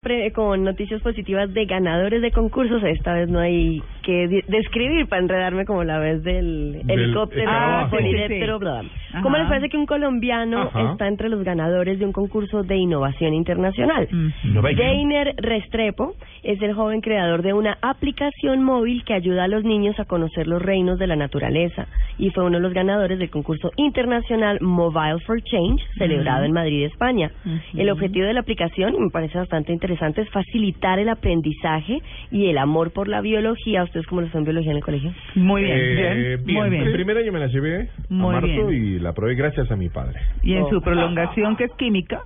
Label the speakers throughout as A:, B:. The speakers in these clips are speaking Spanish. A: pre- con noticias positivas de ganadores de concursos. Esta vez no hay que di- describir para enredarme como la vez del,
B: Del
A: helicóptero,
B: escarabajo.
A: polidéptero,
C: Sí, sí, sí.
A: bla, bla.
C: Ajá.
A: ¿Cómo les parece que un colombiano
B: Ajá.
A: está entre los ganadores de un concurso de innovación internacional?
C: Ujú.
B: Innovation.
A: Gainer Restrepo es el joven creador de una aplicación móvil que ayuda a los niños a conocer los reinos de la naturaleza y fue uno de los ganadores del concurso internacional Mobile for Change celebrado
C: Ujú.
A: en Madrid, España.
C: Ujú.
A: El objetivo de la aplicación, y me parece bastante interesante, es facilitar el aprendizaje y el amor por la biología. ¿Ustedes cómo lo son biología en el colegio?
C: Muy bien,
B: Eh,
C: bien, muy
B: El
C: bien.
B: primer año me la llevé
C: Muy
B: a marzo
C: bien.
B: y la probé gracias a mi padre.
C: Y en
A: Oh.
C: su prolongación, que es química,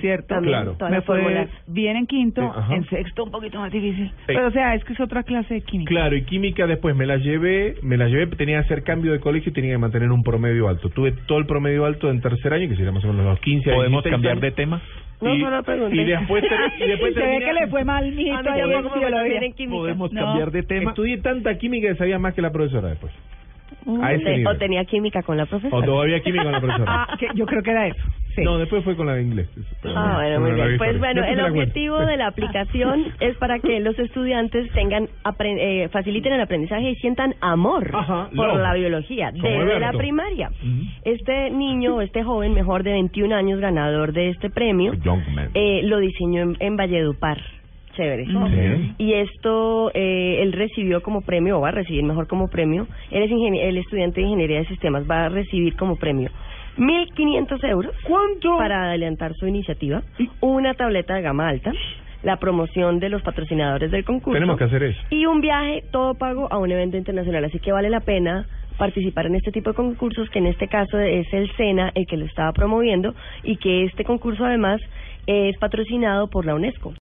C: ¿cierto?
A: También,
B: Claro.
A: todas
C: me
A: las
C: fue
A: fórmulas.
C: bien en quinto,
B: Sí, ajá.
C: en sexto un poquito más difícil.
B: Sí.
C: Pero o sea, es que es otra clase de química.
B: Claro, y química después me la llevé, me la llevé, tenía que hacer cambio de colegio y tenía que mantener un promedio alto. Tuve todo el promedio alto en tercer año, que sería más o menos los 15 años.
D: ¿Podemos cambiar de tema?
A: No,
B: y,
A: solo pregunté.
B: y después, ter- y después
C: Se ve
B: terminé-
C: que le fue mal, mijito,
A: Ah, no,
C: ahí
A: yo
C: en
A: tampoco me meto
C: biología.
A: bien en química.
D: ¿Podemos
C: No.
D: cambiar de tema?
B: Estudié tanta química que sabía más que la profesora después. A ese
A: Te-
B: nivel.
A: o tenía química con la
B: O
A: profesora.
B: todavía química con la profesora.
C: Ah, que yo creo que era eso. Sí.
B: No, después fue con la de inglés. Pero
A: Ah, bueno,
B: fue
A: muy
B: una larga
A: bien. Pues
B: historia.
A: bueno,
B: Después
A: el
B: te la cuento.
A: objetivo de la aplicación es para que los estudiantes tengan apren- eh, faciliten el aprendizaje y sientan amor
B: Ajá,
A: por
B: love.
A: la biología
B: Como
A: desde la
B: Alberto.
A: primaria.
B: Ujú.
A: Este niño, este joven, mejor de 21 años, ganador de este premio,
B: Young man.
A: eh, lo diseñó en, en Valledupar. Chévere.
C: Ujú.
B: Sí.
A: Y esto eh, él recibió como premio, o va a recibir mejor como premio. Él es ingen- el estudiante de ingeniería de sistemas, va a recibir como premio 1.500 euros.
C: ¿Cuánto?
A: Para adelantar su iniciativa, una tableta de gama alta, la promoción de los patrocinadores del concurso.
B: Tenemos que hacer eso.
A: Y un viaje todo pago a un evento internacional. Así que vale la pena participar en este tipo de concursos, que en este caso es el SENA el que lo estaba promoviendo y que este concurso además es patrocinado por la UNESCO.